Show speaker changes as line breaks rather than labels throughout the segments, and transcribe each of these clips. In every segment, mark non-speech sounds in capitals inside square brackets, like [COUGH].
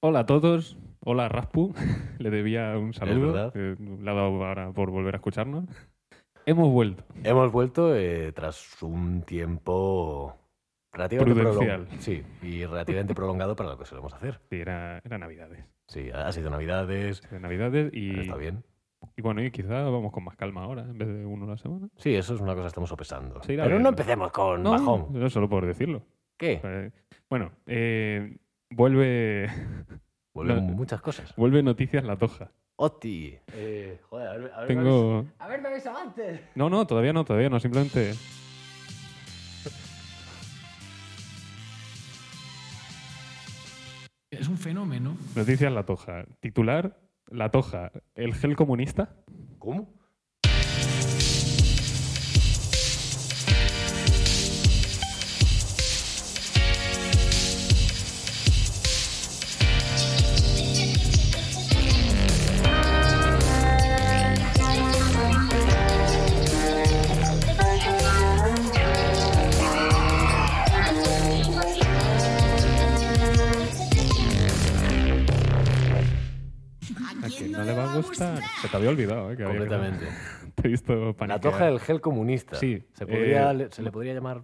Hola a todos. Hola Raspu. [LAUGHS] Le debía un saludo.
verdad.
eh, Le ha dado ahora por volver a escucharnos. Hemos vuelto.
Hemos vuelto eh, tras un tiempo relativamente
Prudencial.
prolongado. Sí, y relativamente prolongado para lo que solemos hacer.
Sí, era, era Navidades.
Sí, ha sido Navidades,
Era Navidades
pero
y,
está bien.
y bueno, y quizá vamos con más calma ahora, en vez de uno a la semana.
Sí, eso es una cosa que estamos sopesando.
Se irá
Pero no
viendo.
empecemos con
No,
bajón.
no solo por decirlo.
¿Qué?
Eh, Bueno, eh, vuelve, [LAUGHS]
Vuelven
no.
muchas cosas.
vuelve Noticias La Toja.
Oti. Eh, joder, a ver, a ver,
Tengo...
A ver, me avisado antes.
No, no, todavía no, todavía no, simplemente...
Es un fenómeno.
Noticias La Toja. Titular, La Toja, el gel comunista.
¿Cómo?
A quien no le va a gustar. Se te había olvidado, ¿eh? que había que-
Completamente.
[LAUGHS] Te he visto
La
paniquear.
toja del gel comunista.
Sí,
Se, podría-
eh,
le- se le podría llamar...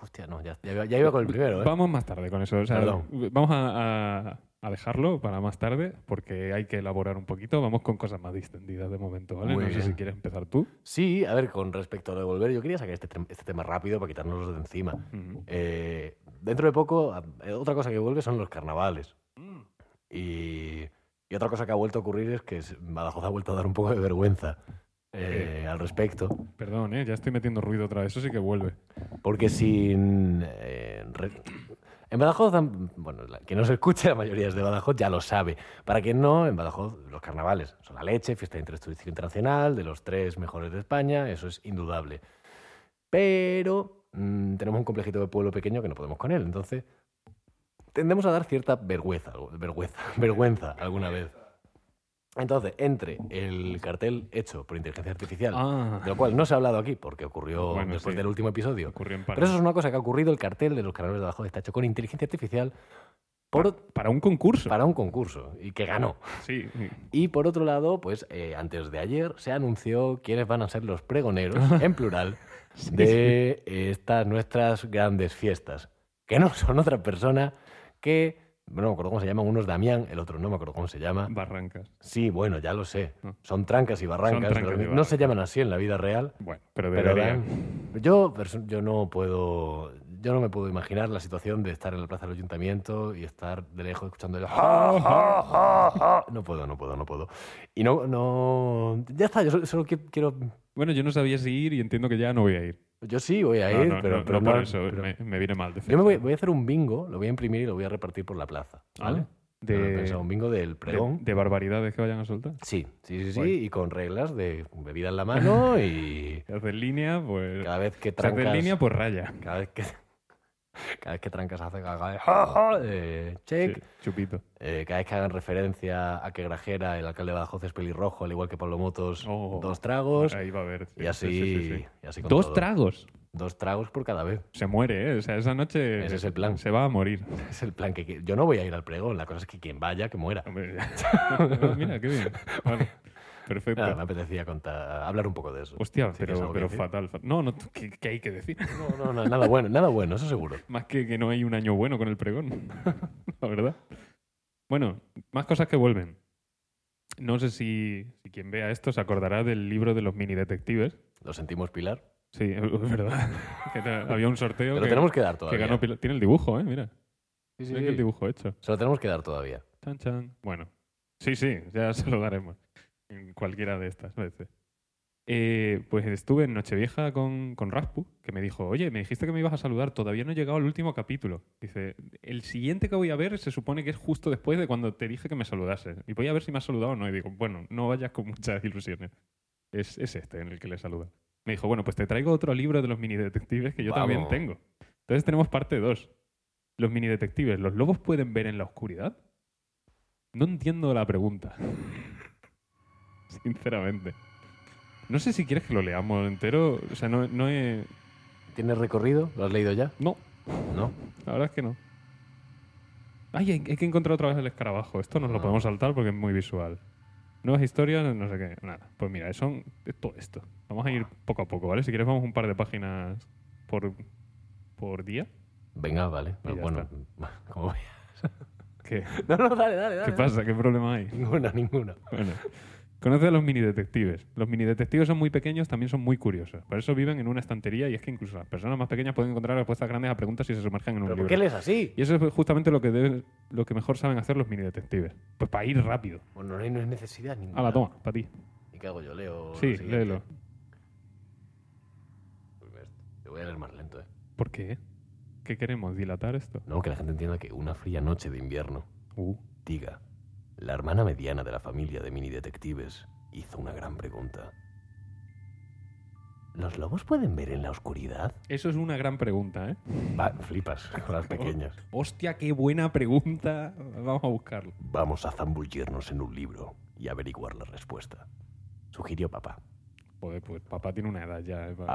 Hostia, no, ya, ya iba- ya iba con el primero, ¿eh?
Vamos más tarde con eso. o sea,
Perdón.
vamos a, a- a dejarlo para más tarde porque hay que elaborar un poquito. Vamos con cosas más distendidas de momento, ¿vale?
Muy
no sé
bien.
si quieres empezar tú.
Sí, a ver, con respecto a lo de volver, yo quería sacar este, tem- este tema rápido para quitárnoslo de encima.
Ujú.
Eh, dentro de poco, a- eh, otra cosa que vuelve son los carnavales. Y, y otra cosa que ha vuelto a ocurrir es que s- Badajoz ha vuelto a dar un poco de vergüenza eh, al respecto.
Perdón, ¿eh? ya estoy metiendo ruido otra vez. Eso sí que vuelve.
Porque sin. eh, re- en Badajoz, han- bueno, la- quien nos escuche, la mayoría es de Badajoz, ya lo sabe. Para quien no, en Badajoz los carnavales son la leche, fiesta de interés turístico internacional, de los tres mejores de España, eso es indudable. Pero mm, tenemos un complejito de pueblo pequeño que no podemos con él, entonces tendemos a dar cierta vergüenza, algo- vergüenza, [LAUGHS] vergüenza alguna vez. Entonces, entre el cartel hecho por inteligencia artificial,
Ah,
de lo cual no se ha hablado aquí porque ocurrió
Bueno,
después
sí.
del último episodio,
ocurrió en París.
pero eso es una cosa que ha ocurrido. El cartel de los canales de Badajoz está hecho con inteligencia artificial por,
Para un concurso.
para un concurso y que ganó.
Sí.
Y por otro lado, pues eh, antes de ayer se anunció quiénes van a ser los pregoneros,
[LAUGHS]
en plural, de estas nuestras grandes fiestas. Que no son otra persona que, no me acuerdo cómo se llaman, uno es Damián, el otro no me acuerdo cómo se llama.
Barrancas.
Sí, bueno, ya lo sé.
No.
Son trancas y barrancas,
Mm. trancas
pero
y
no
barrancas.
se llaman así en la vida real.
Bueno, pero
Pero
debería.
Dan, yo, perso- yo no puedo. Yo no me puedo imaginar la situación de estar en la plaza del ayuntamiento y estar de lejos escuchando el. "Ja, ja, ja, ja". No puedo, no puedo, no puedo. Y no. no ya está, yo solo, solo qui- quiero.
Bueno, yo no sabía si ir y entiendo que ya no voy a ir.
Yo sí voy a
No,
ir,
no,
pero.
no,
pero
no por
no-
eso.
pero-
me, me viene mal.
Yo me voy, voy a hacer un bingo, lo voy a imprimir y lo voy a repartir por la plaza. ¿Vale?
Ah, De,
Yo he pensado, un bingo del
de,
pregón.
de barbaridades que vayan a soltar.
Sí, sí, sí, sí,
Guay.
y con reglas de bebida en la mano y.
[LAUGHS] Si haces línea, pues.
Cada vez
Si
que
haces
trancas.
línea, pues raya.
Cada vez que, [LAUGHS] cada vez que trancas hace caga de "Ja, ja", eh, check.
Sí, chupito.
Eh, cada vez que hagan referencia a que Grajera, el alcalde de Badajoz, es pelirrojo, al igual que Pablo Motos,
Oh.
dos tragos.
Ahí va a haber. sí,
Y así,
sí, sí, sí.
y así con
Dos
todo.
tragos.
Dos tragos por cada vez.
Se muere, ¿eh? O sea, esa noche.
Ese es el plan.
Se va a morir.
[LAUGHS] Es el plan que... qui- Yo no voy a ir al pregón, la cosa es que quien vaya, que muera.
[LAUGHS] Hombre, Pues Mira, qué bien. [LAUGHS] Vale. Perfecto.
Nada, me apetecía contar, hablar un poco de eso.
Hostia,
Sí, tienes
pero,
algo que
pero
decir.
fatal, fa- No, no, ¿qué, qué hay que decir?
No, no, no, nada bueno, nada bueno, eso seguro.
Más que que no hay un año bueno con el pregón. [LAUGHS] La verdad. Bueno, más cosas que vuelven. No sé si, si quien vea esto se acordará del libro de los mini detectives.
Lo sentimos, Pilar.
Sí, [LAUGHS] es verdad. Que era- había un sorteo
Pero
que,
tenemos que dar
que
todavía.
ganó Pilar. Tiene el dibujo, ¿eh? Mira.
Sí, sí,
Mira que el
sí.
dibujo hecho.
Se lo tenemos que dar todavía.
Chan, chan. Bueno, sí, sí, ya se lo daremos. En cualquiera de estas veces. Eh, pues estuve en Nochevieja con, con Raspu, que me dijo, oye, me dijiste que me ibas a saludar, todavía no he llegado al último capítulo. Dice, el siguiente que voy a ver se supone que es justo después de cuando te dije que me saludases. Y voy a ver si me has saludado o no. Y digo, bueno, no vayas con muchas ilusiones. Es, es este en el que le saluda. Me dijo, bueno, pues te traigo otro libro de los mini detectives que yo también
Vamos.
tengo. Entonces tenemos parte 2. Los mini detectives, ¿los lobos pueden ver en la oscuridad? No entiendo la pregunta. [LAUGHS] Sinceramente. No sé si quieres que lo leamos entero. O sea, no, no he...
¿Tienes recorrido? ¿Lo has leído ya?
No,
No.
la verdad es que no. Ay, hay, hay que encontrar otra vez el escarabajo. Esto nos lo
Ah.
podemos saltar porque es muy visual. Nuevas historias, no sé qué. Nada. Pues mira, son es todo esto. Vamos a ir poco a poco, ¿vale? Si quieres, vamos un par de páginas por, por día.
Venga, vale.
Y ya
bueno, [LAUGHS] como veas.
¿Qué,
No, no, dale, dale, dale.
¿Qué pasa? ¿Qué problema hay?
Ninguna, ninguna.
Bueno, conoce a los mini detectives. Los mini detectives son muy pequeños, también son muy curiosos. Por eso viven en una estantería y es que incluso las personas más pequeñas pueden encontrar respuestas grandes a preguntas si se sumergen en un
¿Pero por
libro.
qué lees así?
Y eso es justamente lo que, deben- lo que mejor saben hacer los mini detectives. Pues para ir rápido.
Bueno, no hay, no hay necesidad ninguna.
A la Ah, toma, para ti.
¿Y qué hago yo?
Sí,
Leo. lo Mm. siguiente?
léelo.
Pues mira, Te voy a leer más lento, ¿eh?
¿Por qué? ¿Qué queremos? ¿Dilatar esto?
No, que la gente entienda que una fría noche de invierno,
Uh,
diga, la hermana mediana de la familia de mini detectives hizo una gran pregunta. ¿Los lobos pueden ver en la
[LAUGHS]
oscuridad?
Eso es una gran pregunta, ¿eh?
Va,
[LAUGHS]
flipas con las pequeñas.
Hostia, qué buena pregunta. Vamos a buscarlo.
Vamos a zambullirnos en un libro y averiguar la respuesta. Sugirió papá.
Joder, pues papá tiene una edad ya. ¿eh? Pa-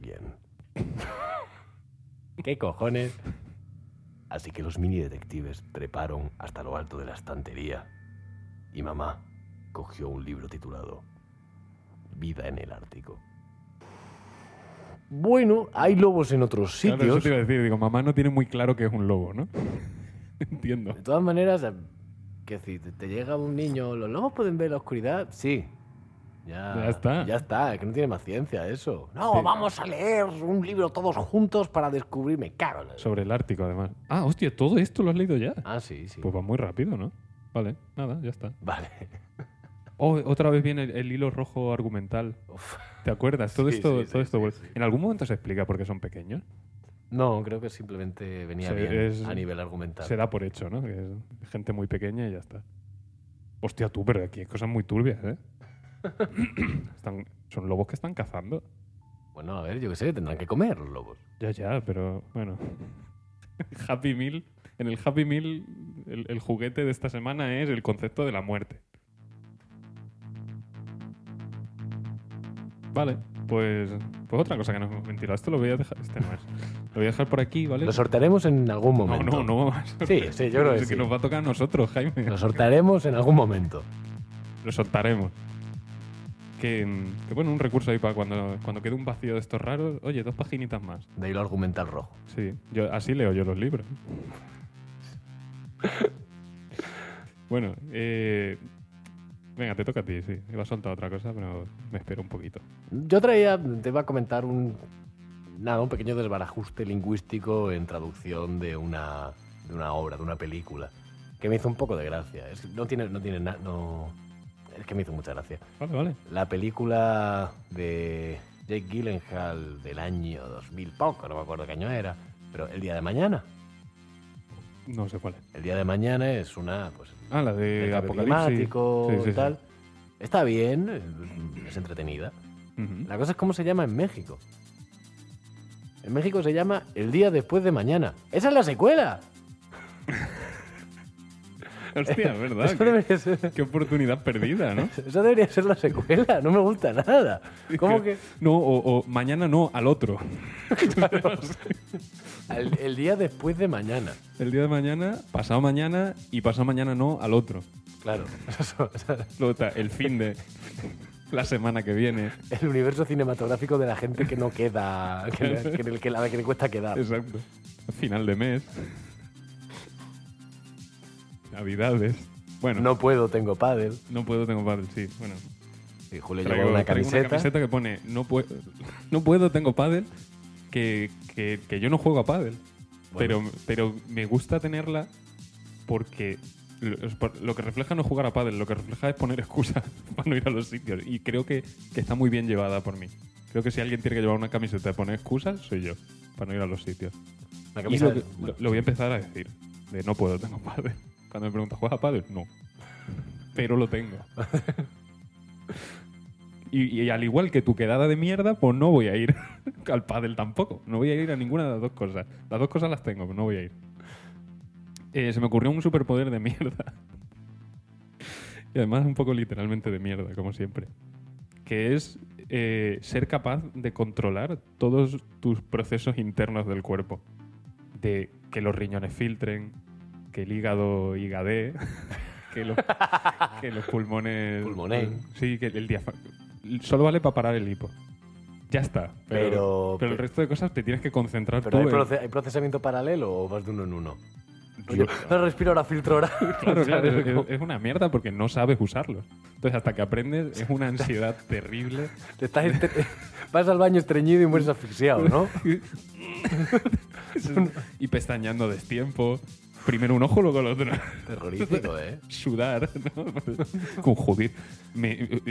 [LAUGHS]
bien. ¿Qué cojones? Así que los mini detectives treparon hasta lo alto de la estantería y mamá cogió un libro titulado Vida en el Ártico. Bueno, hay lobos en otros
Claro, eso
sitios.
te iba a decir. Digo, mamá no tiene muy claro que es un lobo, ¿no? [LAUGHS] Entiendo.
De todas maneras, eh, que si te te llega un niño, ¿los lobos pueden ver la oscuridad? Sí. Ya,
Ya está.
Ya está, es que no tiene más ciencia eso. No,
Sí.
vamos a leer un libro todos juntos para descubrirme. Claro.
Sobre el Ártico, además. Ah, hostia, todo esto lo has leído ya.
Ah, sí, sí.
Pues va muy rápido, ¿no? Vale, nada, ya está.
Vale. [LAUGHS]
Oh, otra vez viene el, el hilo rojo argumental.
Uf.
¿Te acuerdas? Todo
Sí,
esto,
sí,
todo
sí,
esto
sí,
vuelve-
sí.
En algún momento se explica por qué son pequeños.
No, creo que simplemente venía
Se-
bien
es-
a nivel argumental.
Se da por hecho, ¿no? Que es gente muy pequeña y ya está. Hostia, tú, pero aquí hay cosas muy turbias, ¿eh? [COUGHS] Están- son lobos que están cazando.
Bueno, a ver, yo qué sé, tendrán que comer los lobos.
Ya, ya, pero bueno. [LAUGHS] Happy Meal. En el Happy Meal, el, el juguete de esta semana es el concepto de la muerte. Vale, pues, pues otra cosa que no hemos mentirado. Esto lo voy a dejar. Este no es. Lo voy a dejar por aquí, ¿vale?
Lo sortearemos en algún
no,
momento.
no, no vamos a-
Sí, sí, yo creo
[LAUGHS]
que
Es que
sí.
nos va a tocar a nosotros, Jaime.
Lo sortearemos en algún momento.
lo soltaremos. Que, mm, que bueno, un recurso ahí para cuando, cuando quede un vacío de estos raros. Oye, dos paginitas más.
De hilo argumental rojo.
Sí, yo, así leo yo los libros. bueno, eh, venga, te toca a ti, sí. Iba a soltar otra cosa, pero me espero un poquito.
Yo traía, te iba a comentar un. Nada, un pequeño desbarajuste lingüístico en traducción de una, de una obra, de una película. Que me hizo un poco de gracia. Es que no tiene, no tiene nada. No, es que me hizo mucha gracia.
Vale, vale.
La película de Jake Gyllenhaal del año 2000 poco, no me acuerdo qué año era, pero El Día de Mañana.
No sé cuál es.
El Día de Mañana es una, pues,
Ah, la de
el cambio
Apocalipsis.
climático
Sí, sí,
y
sí.
tal. Está bien, es entretenida.
Ujú.
La cosa es cómo se llama en México. En México se llama El Día Después de Mañana. ¡Esa es la secuela!
Hostia, [LAUGHS] ¿verdad?
Eso
qué,
debería, ser,
qué oportunidad perdida, ¿no?
eso debería ser la secuela, no me gusta nada. ¿Cómo que
[LAUGHS] No, o, o mañana no, al otro.
al- el día después de mañana?
El día de mañana, pasado mañana y pasado mañana no al otro.
Claro, [LAUGHS] eso- o sea,
Luego está el fin de la semana que viene.
el universo cinematográfico de la gente que no queda, que, que- en el que, a la que le cuesta quedar.
Exacto. Final de mes. Navidades. Bueno, no,
No puedo, tengo pádel.
puedo, tengo pádel, sí. Bueno,
Y Julio
traigo,
lleva una
traigo
camiseta.
que pone no, pue- no puedo, tengo pádel, que, que- que yo no juego a pádel.
Bueno.
Pero, pero me gusta tenerla porque lo, es por- lo que refleja no es jugar a pádel, lo que refleja es poner excusas [LAUGHS] para no ir a los sitios. Y creo que, que está muy bien llevada por mí. Creo que si alguien tiene que llevar una camiseta de poner excusas, soy yo, para no ir a los sitios.
una
Y
camisa
lo,
de-
que-
bueno,
lo- lo voy a empezar a decir. De no puedo, tengo padre. Cuando me preguntan, ¿juegas a padre? No. Pero lo tengo. Y, y al igual que tu quedada de mierda, pues no voy a ir [LAUGHS] al pádel tampoco. No voy a ir a ninguna de las dos cosas. Las dos cosas las tengo, pero no voy a ir. Eh, se me ocurrió un superpoder de mierda. Y además un poco literalmente de mierda, como siempre. Que es eh, ser capaz de controlar todos tus procesos internos del cuerpo de que los riñones filtren, que el hígado higadee, [LAUGHS] que los, que los pulmones.
Pulmoné.
Sí, que el diafragma. Solo vale para parar el hipo. Ya está. Pero,
Pero-
pero el resto de cosas te tienes que concentrar
¿Pero
tú.
hay,
en-
proce- hay procesamiento paralelo o vas de uno en uno?
Yo-
Rollo, "Ah, respiro ahora, filtro ahora.
[LAUGHS] Claro,
[LAUGHS]
claro,
¿Sabes? Como-
es, es una mierda porque no sabes usarlo. Entonces, hasta que aprendes, es una ansiedad [LAUGHS] terrible.
te estás este- [LAUGHS] Vas al baño estreñido y mueres asfixiado, [LAUGHS] ¿no?
y pestañando destiempo. Primero un ojo, luego el otro. [LAUGHS]
Terrorífico, ¿eh?
Sudar, ¿no? [LAUGHS] Conjudir.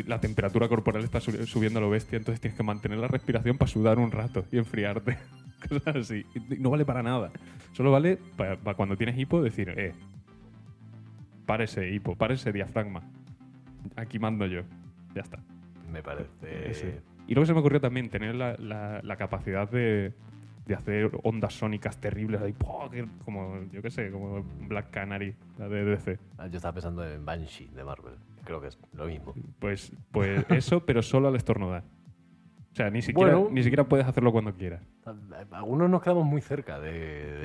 la temperatura corporal está su- subiendo a lo bestia, entonces tienes que mantener la respiración para sudar un rato y enfriarte. [LAUGHS] Cosas así. Y No vale para nada. Solo vale para cuando tienes hipo decir, eh, párese hipo, párese diafragma. Aquí mando yo. Ya está.
Me parece.
Ese. Eh, Y luego se me ocurrió también tener la, la- la capacidad de, de hacer ondas sónicas terribles, ahí, ¡pua! que- como, yo qué sé, como Black Canary, la de DC.
Ah, Yo estaba pensando en Banshee de Marvel. Creo que es lo mismo.
Pues, pues
[LAUGHS]
eso, pero solo al estornudar. O sea, ni siquiera,
Bueno.
ni siquiera puedes hacerlo cuando quieras.
Algunos nos quedamos muy cerca de,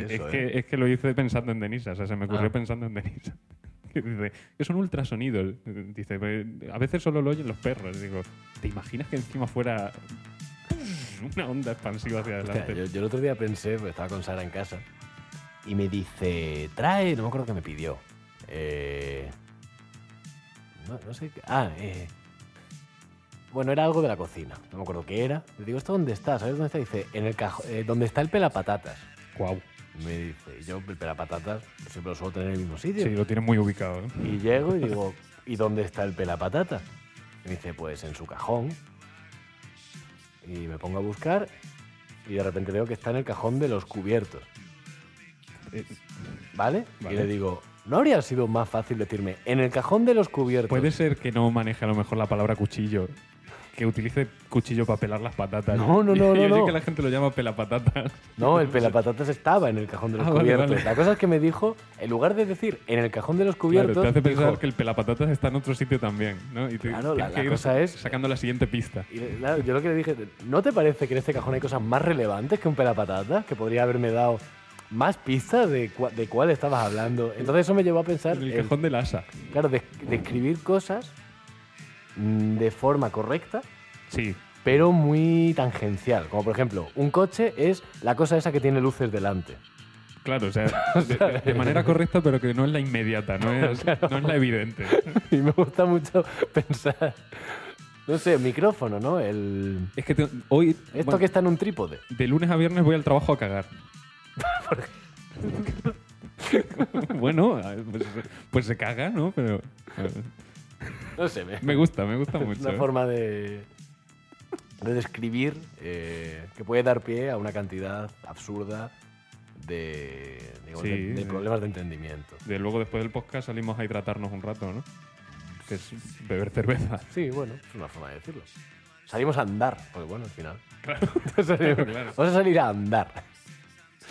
de eso.
es,
¿eh?
que, es que lo hice pensando en Denisa, o sea, se me ocurrió
Ah.
pensando en Denisa. [LAUGHS] Que dice, que son ultrasonidos. Dice, "Pues, a veces solo lo oyen los perros. Y Digo, ¿te imaginas que encima fuera una onda expansiva hacia
Hostia,
adelante?
yo, yo el otro día pensé, porque estaba con Sara en casa, y me dice, trae, no me acuerdo qué me pidió. Eh, no, no sé, qué- ah, eh, bueno, era algo de la cocina, no me acuerdo qué era. Le digo, ¿esto dónde está? ¿Sabes dónde está? Dice, en el cajón, donde está el pelapatatas.
Guau.
Me dice, y yo el pelapatatas siempre lo suelo tener en el mismo sitio.
Sí, lo tiene muy ubicado. ¿no?
Y llego y digo, ¿y dónde está el pelapatata? Y me dice, pues en su cajón. Y me pongo a buscar y de repente veo que está en el cajón de los cubiertos,
Eh,
¿vale?
Vale.
Y le digo, ¿no habría sido más fácil decirme, en el cajón de los cubiertos?
Puede ser que no maneje a lo mejor la palabra cuchillo. Que utilice cuchillo para pelar las patatas. [LAUGHS]
No, no, no,
Yo
no,
sé
no.
que la gente lo llama pelapatatas.
No, el pelapatatas estaba en el cajón de los
Ah, vale,
cubiertos.
vale.
La cosa es que me dijo, en lugar de decir, en el cajón de los cubiertos,
[LAUGHS] Claro, te hace pensar
dijo-
que el pelapatatas está en otro sitio también, ¿no? Y te-
Claro, la-
tienes
la
que ir
cosa es-
Sacando la siguiente pista.
Y le- claro, yo lo que le dije, ¿no te parece que en este cajón hay cosas más relevantes que un pelapatatas? Que podría haberme dado más pistas de, cua- de cuál estabas hablando. Entonces eso me llevó a pensar,
En el
en,
cajón del asa.
claro, de- describir cosas mm, de forma correcta,
Sí.
pero muy tangencial. Como por ejemplo, un coche es la cosa esa que tiene luces delante. [LAUGHS]
Claro, o sea, de, de- de manera correcta, pero que no es la inmediata, no
[LAUGHS]
es, no es la evidente.
Y me gusta mucho [LAUGHS] pensar, no sé, micrófono, ¿no? El,
Es que te- hoy.
esto
bueno,
que está en un trípode.
De lunes a viernes voy al trabajo a [LAUGHS] cagar. bueno, pues, pues se caga, ¿no? Pero eh,
No sé, me,
me gusta, me gusta mucho. ¿eh?
una forma de, de describir eh, que puede dar pie a una cantidad absurda de, digamos,
Sí,
de- de
sí.
problemas de entendimiento.
De luego después del podcast salimos a hidratarnos un rato, ¿no? Que es beber cerveza.
Sí, bueno, es una forma de decirlo. Salimos a andar, porque bueno, al final.
[LAUGHS]
[LAUGHS]
Claro.
Salimos-
claro.
Vamos a salir a andar.
[LAUGHS]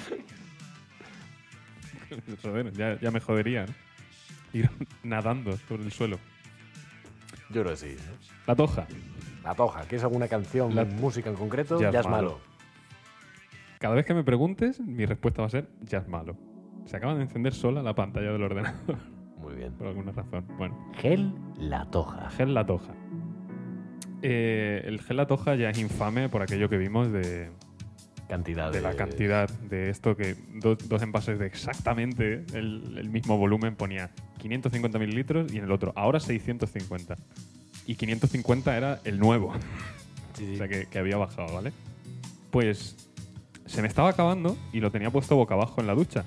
Joder, ya, ya me jodería, ¿no? Ir nadando sobre el suelo.
Yo creo que sí. ¿no?
La toja.
La toja, que es alguna canción,
La-
música en concreto, ya, es malo.
Cada vez que me preguntes, mi respuesta va a ser ya es malo. Se acaba de encender sola la pantalla del ordenador, [LAUGHS]
Muy bien.
por alguna razón. Bueno,
Gel la toja.
gel la toja. Eh, el gel la toja ya es infame por aquello que vimos de,
Cantidad
de la cantidad de esto que do- dos envases de exactamente el, el mismo volumen ponía 550 mililitros y en el otro ahora 650 y 550 era el nuevo
Sí, sí.
o sea que, que había bajado vale pues se me estaba acabando y lo tenía puesto boca abajo en la ducha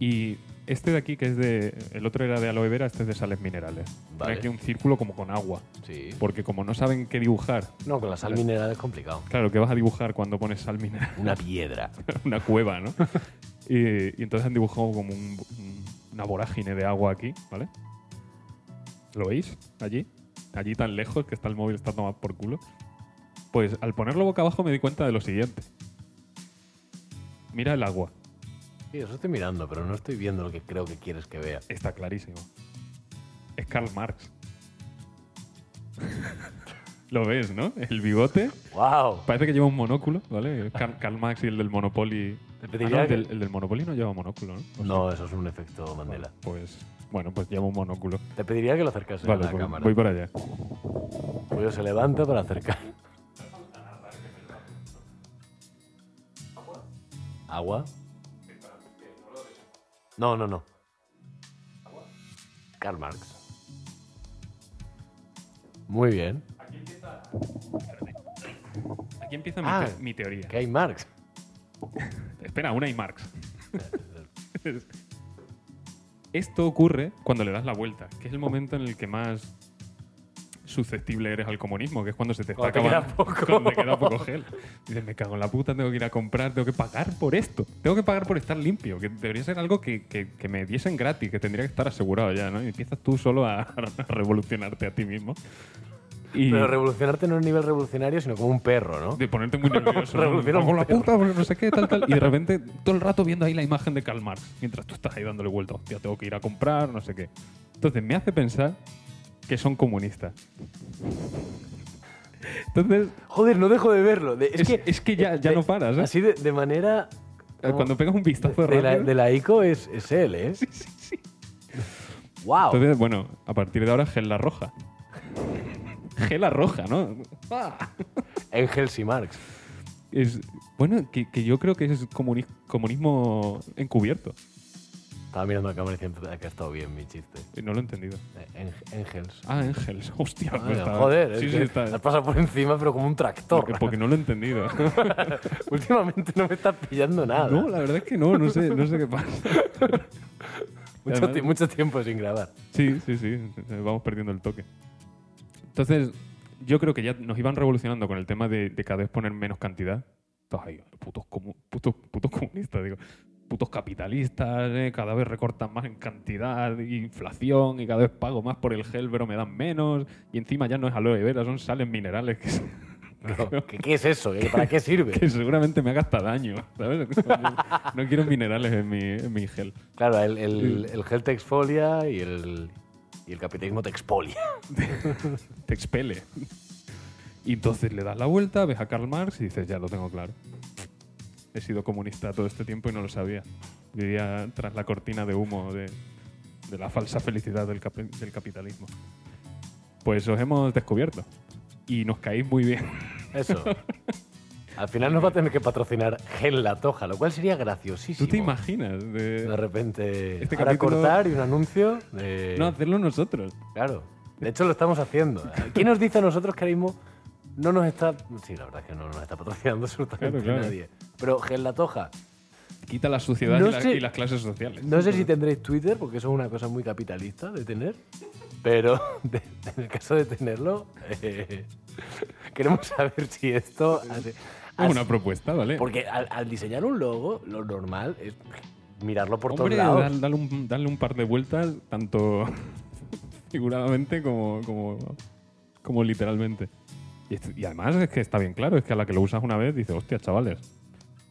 y este de aquí que es de el otro era de aloe vera este es de sales minerales
Vale.
Tenía aquí un círculo como con agua
Sí.
porque como no saben qué dibujar
No, con la sal
Claro.
mineral es complicado.
claro que vas a dibujar cuando pones sal mineral
Una piedra.
[LAUGHS] una cueva, ¿no? y, y entonces han dibujado como un- un- una vorágine de agua aquí, ¿vale? ¿Lo veis? Allí. Allí tan lejos que está el móvil, está tomado por culo. Pues al ponerlo boca abajo me di cuenta de lo siguiente. Mira el agua.
Sí, eso estoy mirando, pero no estoy viendo lo que creo que quieres que vea.
Está clarísimo. Es Karl Marx. [LAUGHS] lo ves, ¿no? El bigote.
¡Wow!
Parece que lleva un monóculo, ¿vale? Karl, Karl Marx y el del Monopoly
Te
Ah, no,
diría
el,
que-
del, el del monopolio no lleva monóculo, ¿no? ¿O sí?
No, eso es un efecto Mandela.
Pues, bueno, pues lleva un monóculo.
Te pediría que lo acercase
Vale,
a la
pues
cámara.
voy para allá.
Julio se levanta para acercar. ¿Agua? No, no, no. Karl Marx. Muy bien.
Aquí empieza mi,
Ah.
te- mi teoría.
¿Qué hay Marx?
Espera, una y Marx. Esto ocurre cuando le das la vuelta, que es el momento en el que más susceptible eres al comunismo, que es cuando se te está
Cuando te
acabando.
queda poco.
Cuando te queda poco gel. Dices, me cago en la puta, tengo que ir a comprar, tengo que pagar por esto. Tengo que pagar por estar limpio, que debería ser algo que, que- que me diesen gratis, que tendría que estar asegurado ya, ¿no? Y empiezas tú solo a, [LAUGHS] a revolucionarte a ti mismo. Y
Pero revolucionarte no es nivel revolucionario, sino como un perro, ¿no?
de ponerte
[LAUGHS]
muy nervioso. ¿no? Me
Revolución
cago en la
perro.
puta, porque no sé qué, tal, tal. Y de repente, todo el rato viendo ahí la imagen de Karl Marx, mientras tú estás ahí dándole vuelta. Hostia, tengo que ir a comprar, no sé qué. Entonces, me hace pensar que son comunistas. Entonces, eh,
Joder, no dejo de verlo. De-
es, es que ya, ya
de-
no paras, ¿eh? Ah,
Así de, de manera... como-
Cuando pegas un vistazo
de, la,
rápido-
de la ICO es, es él, ¿eh?
Sí, sí, sí.
¡Wow!
Entonces, bueno, a partir de ahora, Gela Roja. Gela Roja, ¿no?
Engels y Marx.
Es, bueno, que, que yo creo que es comuni- comunismo encubierto.
Estaba mirando la cámara y diciendo "Ah, que ha estado bien mi chiste.
Y No lo he entendido.
Eh, Eng- Engels.
Ah, Ángels. Hostia,
Ah,
pues está-
joder,
Sí,
es
sí,
que
está.
has pasado por encima, pero como un tractor.
Porque, porque no lo he entendido.
[LAUGHS] Últimamente no me estás pillando nada.
[LAUGHS] No, la verdad es que no, no sé, no sé qué [LAUGHS] pasa.
mucho,
además-
ti- mucho tiempo sin grabar.
Sí, sí, sí, vamos perdiendo el toque. Entonces, yo creo que ya nos iban revolucionando con el tema de, de cada vez poner menos cantidad. Estás ahí, putos, comu- putos, putos comunistas, digo. Putos capitalistas, eh, cada vez recortan más en cantidad, inflación, y cada vez pago más por el gel, pero me dan menos. Y encima ya no es aloe vera, son sales minerales que se-
No, ¿Qué, qué es eso? ¿Qué- ¿Para
[LAUGHS]
qué sirve?
que seguramente me haga hasta daño, ¿sabes? [LAUGHS] No quiero minerales en mi, en mi gel.
Claro, el, el, el gel te exfolia y el, y el capitalismo te expolia.
Te expele. Y entonces le das la vuelta, ves a Karl Marx y dices, ya lo tengo claro. He sido comunista todo este tiempo y no lo sabía. Vivía tras la cortina de humo de, de la falsa felicidad del, capi- del capitalismo. Pues os hemos descubierto. Y nos caéis muy bien. [LAUGHS]
Eso. Al final nos va a tener que patrocinar Gel La Toja, lo cual sería graciosísimo.
¿Tú te imaginas? de-
De repente,
Este
ahora
capítulo-
cortar y un anuncio de...
no hacerlo nosotros.
Claro. De hecho, lo estamos haciendo. ¿Quién nos dice a nosotros que ahora mismo no nos está. Sí, la verdad es que no nos está patrocinando [LAUGHS] absolutamente
Claro, claro.
nadie. Pero Gel La Toja,
Quita la suciedad
No
y, la-
sé-
y las clases sociales.
no sé si tendréis Twitter, porque eso es una cosa muy capitalista de tener. Pero [LAUGHS] de- en el caso de tenerlo, eh, [LAUGHS] queremos saber si esto. hace-
Es una
hace-
propuesta, ¿vale?
porque al, al diseñar un logo, lo normal es mirarlo por
Hombre,
todos lados.
dal- dale, un, dale un par de vueltas, tanto [LAUGHS] figuradamente como, como, como literalmente. Y, esto- y además es que está bien claro, es que a la que lo usas una vez dices, hostia, chavales,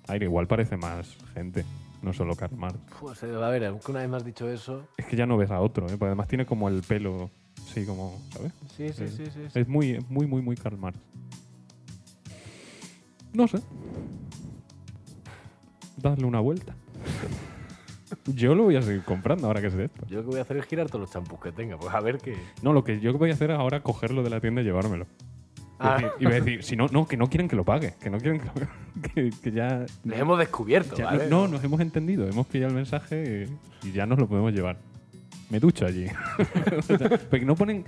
aire igual parece más gente, no solo Karl Marx.
Uf, se- a ver, aunque una vez más dicho eso.
Es que ya no ves a otro, ¿eh? porque además tiene como el pelo, sí, como, ¿sabes?
Sí, sí, sí, sí. sí.
Es muy, es muy, muy, muy Karl Marx. No sé. Darle una vuelta. Yo lo voy a seguir comprando ahora que sé esto.
Yo lo que voy a hacer es girar todos los champús que tenga, pues a ver qué.
No, lo que yo voy a hacer es ahora cogerlo de la tienda y llevármelo.
Ah.
Y decir- Y voy a decir, si no, no, que no quieren que lo pague, que no quieren que, lo- [LAUGHS] que, que ya...
Les hemos descubierto,
ya-
¿vale?
no, nos hemos entendido, hemos pillado el mensaje y, y ya nos lo podemos llevar. Me ducho allí. [LAUGHS] O sea, Porque no ponen...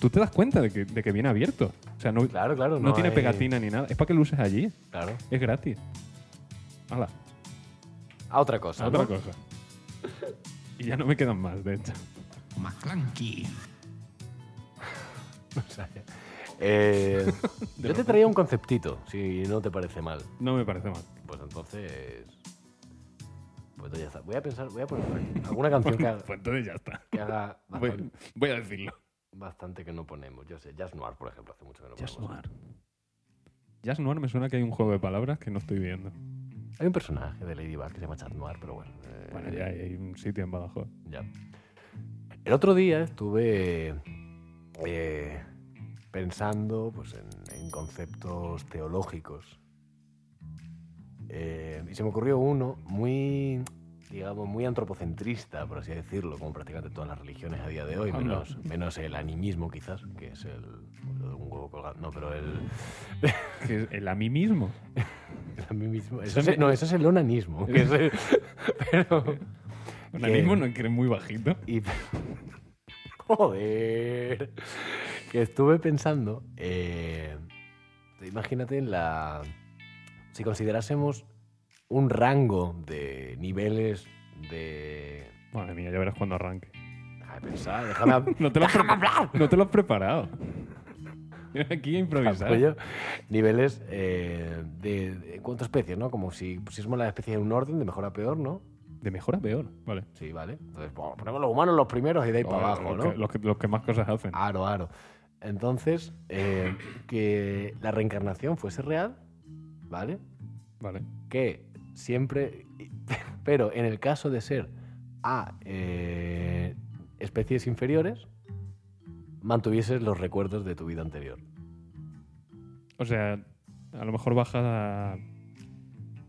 Tú te das cuenta de que, de que viene abierto. O sea, no,
Claro, claro.
no tiene
hay-
pegatina ni nada. Es para que lo uses allí.
Claro.
Es gratis. Hala,
A Ah, otra cosa.
otra
¿no?
cosa. Y ya no me quedan más, de hecho.
McClanky.
[LAUGHS] O sea,
[LAUGHS]
eh, yo te traía un conceptito, si no te parece mal.
No me parece mal.
Pues entonces. Pues ya está. Voy a pensar, voy a poner alguna canción que haga,
Pues entonces ya está.
que haga
Voy,
bastan-
voy a decirlo.
bastante que no ponemos. Yo sé, Jazz Noir, por ejemplo, hace mucho que no
Jazz
ponemos.
Noir. Jazz Noir me suena que hay un juego de palabras que no estoy viendo.
Hay un personaje de Ladybug que se llama Jazz Noir, pero bueno. eh,
Bueno, ya hay hay un sitio en Badajoz.
Ya. El otro día estuve eh, pensando pues, en, en conceptos teológicos. Eh, Eh, y se me ocurrió uno muy, digamos, muy antropocentrista, por así decirlo, como prácticamente todas las religiones a día de hoy,
Anda.
menos, menos el animismo quizás, que es el... lo de un huevo colgado. No, pero el...
Que es el a mí mismo.
el animismo- eso es- no, [LAUGHS] eso es el onanismo. que es el- pero...
El
que-
a mí mismo no que eres muy bajito.
[LAUGHS] Y... Joder. Que estuve pensando. eh, imagínate la. Si considerásemos un rango de niveles de.
Madre mía, ya verás cuando arranque.
Déjame pensar, déjame. [LAUGHS] hab-
No te lo has,
¡Déjame
pre-
hablar!
no te lo has preparado. [LAUGHS] Yo Aquí a improvisar.
Capullo. Niveles eh, de, de- En cuanto a especies, ¿no? Como si pusiésemos las especies en un orden de mejor a peor, ¿no?
De mejor a peor. Vale.
Sí, vale. Entonces, bueno, ponemos los humanos los primeros y de ahí para abajo,
los,
¿no? Ah.
que, los que- los que más cosas hacen.
Aro, aro. Entonces, eh, que la reencarnación fuese real, ¿vale?
Vale.
Que siempre, [LAUGHS] pero en el caso de ser a eh, especies inferiores, mantuvieses los recuerdos de tu vida anterior.
O sea, a lo mejor bajas a.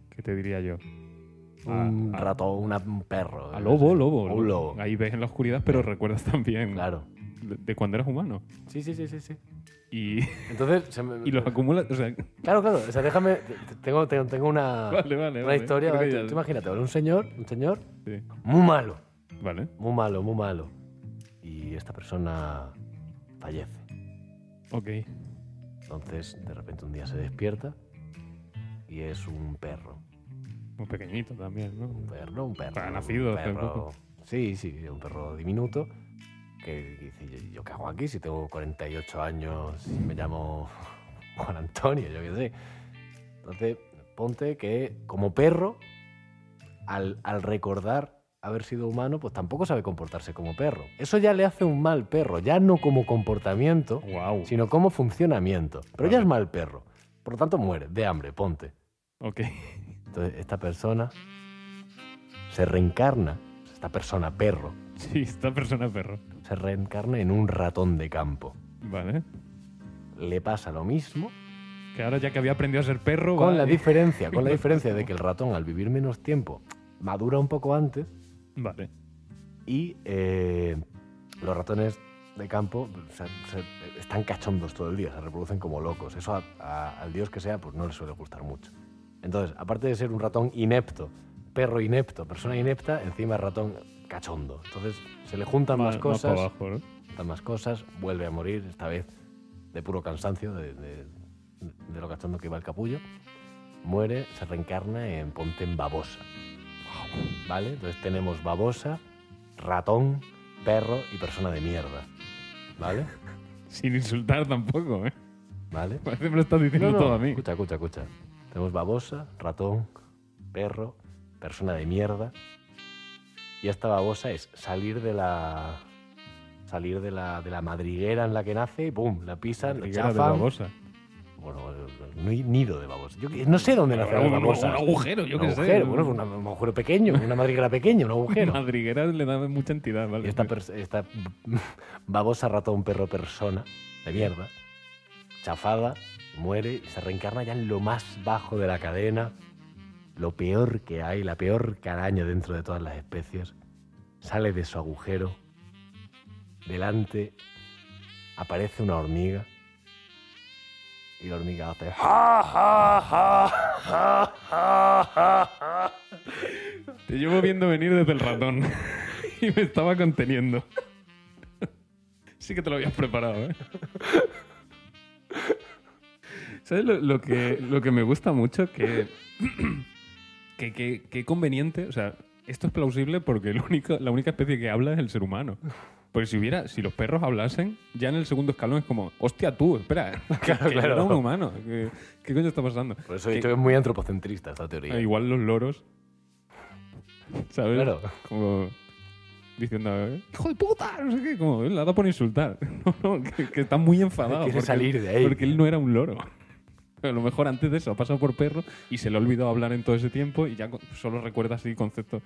¿Qué te diría yo? A-
un
a-
rato, una- un perro.
A Ah, lobo, lobo.
Un lobo.
Ahí ves en la oscuridad, pero recuerdas también
Claro.
de de cuando eras humano.
Sí, sí, sí, sí, sí.
Y,
Entonces, se me-
y
[LAUGHS]
los acumulas. O sea,
claro, claro. O sea, déjame. te- Tengo, tengo, tengo una,
vale, vale.
una
vale.
Ah. historia.
Creo que
¿vale? Tú-
ya-
tú imagínate, ¿vale? un señor, un señor
sí.
muy malo.
Vale.
muy malo, muy malo. Y esta persona fallece.
Ok.
Entonces, de repente un día se despierta y es un perro.
Muy pequeñito también,
Un
¿no?
perro, un perro.
Ha nacido
un
hace
perro.
poco.
Sí, sí, un perro diminuto. Que dice, "Yo- ¿yo qué hago aquí? Si tengo 48 años y me llamo [LAUGHS] Juan Antonio, yo qué sé. Entonces, ponte que como perro, al, al recordar haber sido humano, pues tampoco sabe comportarse como perro. Eso ya le hace un mal perro, ya no como comportamiento,
Wow.
sino como funcionamiento. Pero ya
Vale.
es mal perro. Por lo tanto, muere de hambre, ponte.
Ok. [LAUGHS]
Entonces, esta persona se reencarna, esta persona perro,
Sí, esta persona es perro.
se reencarna en un ratón de campo.
Vale.
Le pasa lo mismo,
Que ahora ya que había aprendido a ser perro. va-
con la diferencia, con la diferencia de que el ratón al vivir menos tiempo madura un poco antes
Vale.
y eh, los ratones de campo o sea, se- están cachondos todo el día, se reproducen como locos. Eso a- a- al dios que sea, pues no le suele gustar mucho. Entonces, aparte de ser un ratón inepto, perro inepto, persona inepta, encima es ratón cachondo. Entonces, se le juntan
Más-
más
más para
cosas,
abajo, ¿no?
juntan más cosas, vuelve a morir, esta vez de puro cansancio, de, de- de lo cachondo que iba el capullo. Muere, se reencarna en Ponte en Babosa. ¿Vale? Entonces tenemos babosa, ratón, perro y persona de mierda. ¿Vale?
Sin insultar tampoco, ¿eh? [LAUGHS]
¿Vale?
Parece que me lo estás diciendo todo a mí.
Escucha, escucha, escucha. Tenemos babosa, ratón, perro, persona de mierda. Y esta babosa es salir de la. salir de la, de la madriguera en la que nace y ¡pum! La pisan, la
Riguera de
chafan.
babosa.
Bueno, el- el nido de babosa. Yo que- no sé dónde nace la
Un, un
babosa.
agujero, yo
Un
qué sé.
agujero, bueno, un un agujero pequeño, una madriguera pequeña, un agujero.
Madriguera le da mucha entidad,
Y
¿vale?
esta, pers- esta [LAUGHS] babosa ratón perro persona de mierda, chafada, muere, se reencarna ya en lo más bajo de la cadena, lo peor que hay, la peor caraña dentro de todas las especies, sale de su agujero, delante aparece una hormiga y la hormiga hace... "Ja, ja, ja, ja, ja, ja, ja".
Te llevo viendo venir desde el ratón. [LAUGHS] y me estaba conteniendo. sí que te lo habías preparado, ¿eh? ¿Sabes lo, lo que, lo que me gusta mucho? Que, [CLEARS THROAT] que, que- que conveniente. O sea, esto es plausible porque el único, la única especie que habla es el ser humano. Porque si hubiera, si los perros hablasen, ya en el segundo escalón es como, hostia tú, espera, [LAUGHS] que, que
claro. Pues
era un humano. que- ¿Qué coño está pasando?
Por eso he
Que-
dicho que es muy antropocentrista esta teoría.
Ah, Igual los loros. ¿Sabes?
Claro.
Como diciendo, "Eh, hijo de puta, no sé qué, como "Eh, la da por insultar. [LAUGHS] No, no, que, que está muy enfadado.
Quiere salir de ahí.
Porque él no era un loro. [LAUGHS] A lo mejor antes de eso ha pasado por perro y se le ha olvidado hablar en todo ese tiempo y ya co- solo recuerda así conceptos.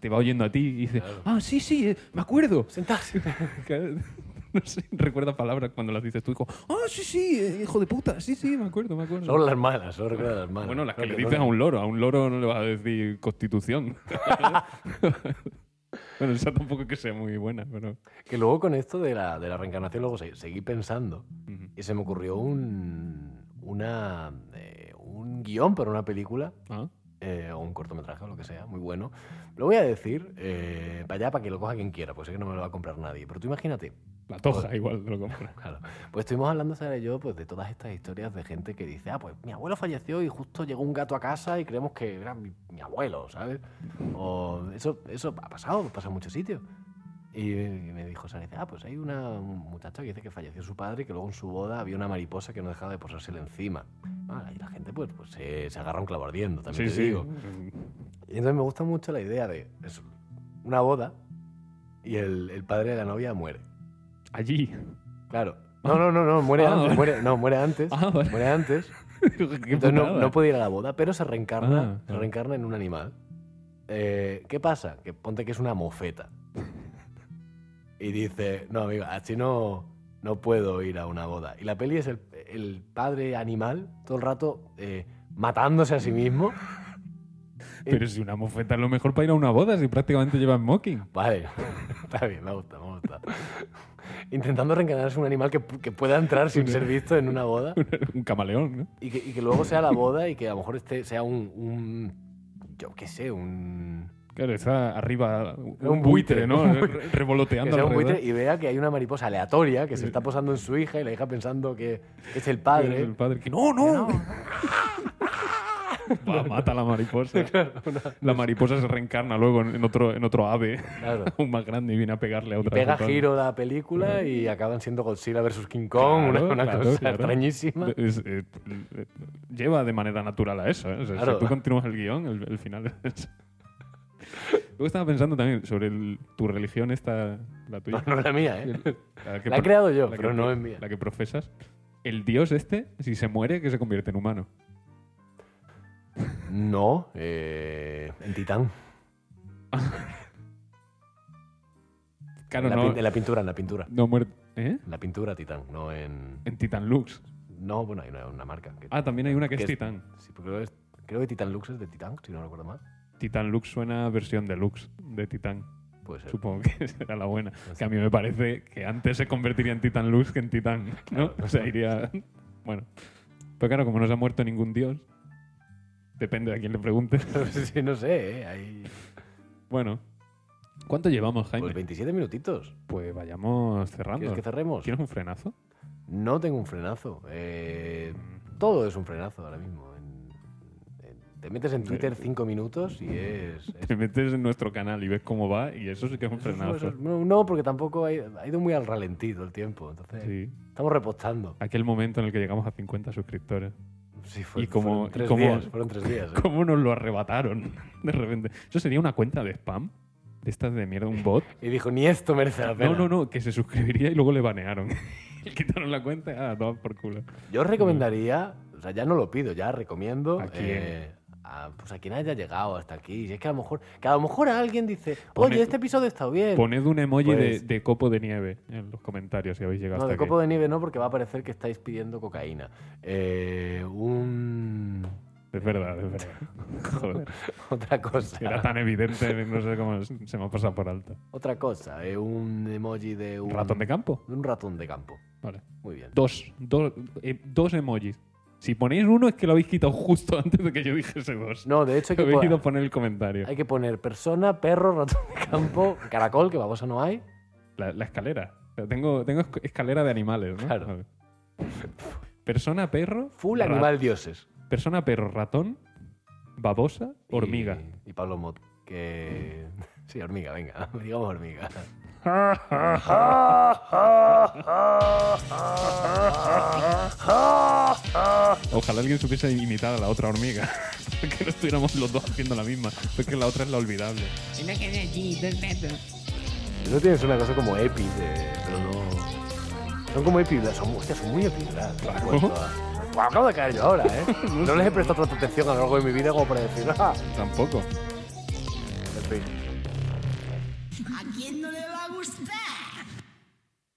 Te va oyendo a ti y dice, ah, sí, sí, eh, me acuerdo. [LAUGHS]
Sentarse.
Claro. [LAUGHS] no sé, recuerda palabras cuando las dices tú. Dijo, ah, sí, sí, eh, hijo de puta, sí, sí, me acuerdo, me acuerdo.
Solo las malas, solo recuerdo las malas.
Bueno, las que
Creo
le
no-
dices a un loro. A un loro no le vas a decir
[LAUGHS]
constitución. bueno, esa tampoco es que sea muy buena, pero...
Que luego con esto de la, de la reencarnación, luego se- seguí pensando
Ujú.
y se me ocurrió un, una, eh, un guión para una película
Ah,
eh, o un cortometraje o lo que sea, muy bueno. Lo voy a decir eh, para allá, para que lo coja quien quiera, porque sé que no me lo va a comprar nadie. Pero tú imagínate,
la toja igual te lo compra.
Claro. Pues estuvimos hablando, Sara y yo, pues de todas estas historias de gente que dice, ah, pues mi abuelo falleció y justo llegó un gato a casa y creemos que era mi, mi abuelo, ¿sabes? O eso, eso ha pasado, pasa en muchos sitios. Y me dijo Sara, dice, ah, pues hay una, un muchacho que dice que falleció su padre y que luego en su boda había una mariposa que no dejaba de posársele encima. Ah, y la gente pues, pues se, se agarra un clavo ardiendo,
Sí,
también te
sí.
digo. Y entonces me gusta mucho la idea de eso, una boda y el, el padre de la novia muere. [LAUGHS]
Allí.
Claro. No, no, no, no, muere
Ah,
antes.
vale.
Muere, no, muere antes.
Ah, vale. [LAUGHS]
Muere antes.
Qué
Entonces no,
putada.
no puede ir a la boda, pero se reencarna,
Ah,
se
ah.
reencarna en un animal. Eh, ¿Qué pasa? Que ponte que es una mofeta. Y dice, no, amigo, así no, no puedo ir a una boda. Y la peli es el, el padre animal todo el rato eh, matándose a sí mismo.
Pero si una mofeta es lo mejor para ir a una boda, si prácticamente llevas mocking.
Vale, [LAUGHS] está bien, me gusta, me gusta. Intentando reencarnarse en un animal que, pu- que pueda entrar sin ser visto en una boda.
[LAUGHS] un camaleón, ¿no?
Y que, y que luego sea la boda y que a lo mejor este sea un. un- yo qué sé, un.
Claro, está arriba un,
Un
buitre,
buitre,
¿no?
[LAUGHS] un
Re-
buitre. Que
Revoloteando
sea un
alrededor.
buitre y vea que hay una mariposa aleatoria que se está posando en su hija y la hija pensando que es el padre.
El padre que, no, no. [LAUGHS] Va, mata a la
[LAUGHS]
mariposa. La mariposa se reencarna luego en en otro, en otro ave, [LAUGHS]
Claro.
aún más grande, y viene a pegarle a
Y
otra.
pega
total.
giro la película y acaban siendo Godzilla versus King Kong,
Claro,
una, una
claro,
cosa
claro.
extrañísima.
Es- eh, eh, lleva de manera natural a eso. ¿eh? O sea,
Claro.
Si tú continúas el guión, el, el final es. [LAUGHS] Luego estaba pensando también sobre el- tu religión, esta, la tuya.
[LAUGHS] No, no es la mía, ¿eh?
La, que
La he
pro-
creado yo,
la que
pero
pro-
no es mía.
La que profesas. El dios este, si se muere, que se convierte en humano.
No, eh, en Titán.
Claro,
en, la
no,
pin- en la pintura, en la pintura.
no muere. ¿Eh?
En la pintura Titán, no en.
En Titan Lux.
No, bueno, hay una, una marca. que-
Ah, también hay una que
que
es
es-
Titan.
Sí, porque creo, que es- creo que Titan Lux es de Titan, si no recuerdo mal.
Titan Lux suena a versión deluxe de Titan.
Puede ser.
Supongo que [LAUGHS] será la buena. Que a mí me parece que antes se convertiría en Titan Luz que en Titán, ¿no? O sea, iría... Bueno. Pero claro, como no se ha muerto ningún dios, depende de a quién le preguntes.
[LAUGHS]
[LAUGHS]
sí, no sé, ¿eh? Hay...
Bueno. ¿Cuánto llevamos, Jaime?
Pues 27 minutitos.
Pues vayamos cerrando.
¿Quieres que cerremos?
¿Tienes un frenazo?
No tengo un frenazo. eh, todo es un frenazo ahora mismo. En- en- te metes en Twitter 5 minutos y es... es-
Te metes en nuestro canal y ves cómo va y eso sí que es [LAUGHS] un
eso es-
frenazo.
eso es- no, no, porque tampoco ha ido, ha ido muy al ralentido el tiempo. Entonces,
Sí.
estamos repostando. [LAUGHS]
Aquel momento en el que llegamos a 50 suscriptores.
Sí, fue-
Y como-
fueron
y
tres
como-
días. Fueron
[LAUGHS]
tres días. ¿eh?
¿Cómo nos lo arrebataron [LAUGHS] de repente? ¿Eso sería una cuenta de spam? ¿De estas de mierda,
[LAUGHS]
un bot?
Y dijo, ni esto merece la pena.
No, no, no, que se suscribiría y luego le banearon. [LAUGHS] Le quitaron la cuenta y ah, toma por culo.
Yo os recomendaría, o sea, ya no lo pido, ya recomiendo
¿A quién?
eh, a, pues a quien haya llegado hasta aquí. Si es que a lo mejor, que a lo mejor alguien dice,
Poned-
oye, este episodio está bien.
Poned un emoji
Pues-
de, de copo de nieve en los comentarios si habéis llegado
no,
hasta
de
aquí.
copo de nieve no, porque va a parecer que estáis pidiendo cocaína. Eh, un... [LAUGHS]
Es verdad, es verdad. [LAUGHS] Joder,
Otra cosa.
era tan evidente, no sé cómo se me ha pasado por alto.
Otra cosa. eh, un emoji de un...
¿Ratón de campo?
de un ratón de campo.
Vale.
Muy bien.
Dos, dos, eh, dos emojis. Si ponéis uno es que lo habéis quitado [LAUGHS] justo antes de que yo dijese dos.
No, de
[LAUGHS]
hecho hay que,
habéis
po-
ido a poner el comentario.
hay que poner persona, perro, ratón de campo, caracol, que babosa no hay.
La, la escalera. O sea, tengo, tengo esc- escalera de animales, ¿no?
Claro.
Vale. Persona, perro.
Full
rat-
animal dioses.
Persona, perro, ratón, babosa, hormiga.
Y, y Pablo Mot, que... [LAUGHS] Sí, hormiga, venga, [LAUGHS] digamos hormiga.
Ojalá alguien supiese imitar a la otra hormiga. [LAUGHS] que no estuviéramos los dos haciendo la misma. Porque la otra es la olvidable.
Una casa allí, dos metros.
No tienes una cosa como epi, de- pero no... Son como epilas, son, hostia, son muy epilas. Claro. acabo de caer yo ahora, ¿eh? No les he prestado tanta atención a lo largo de mi vida como para decir, ah,
Tampoco.
en fin.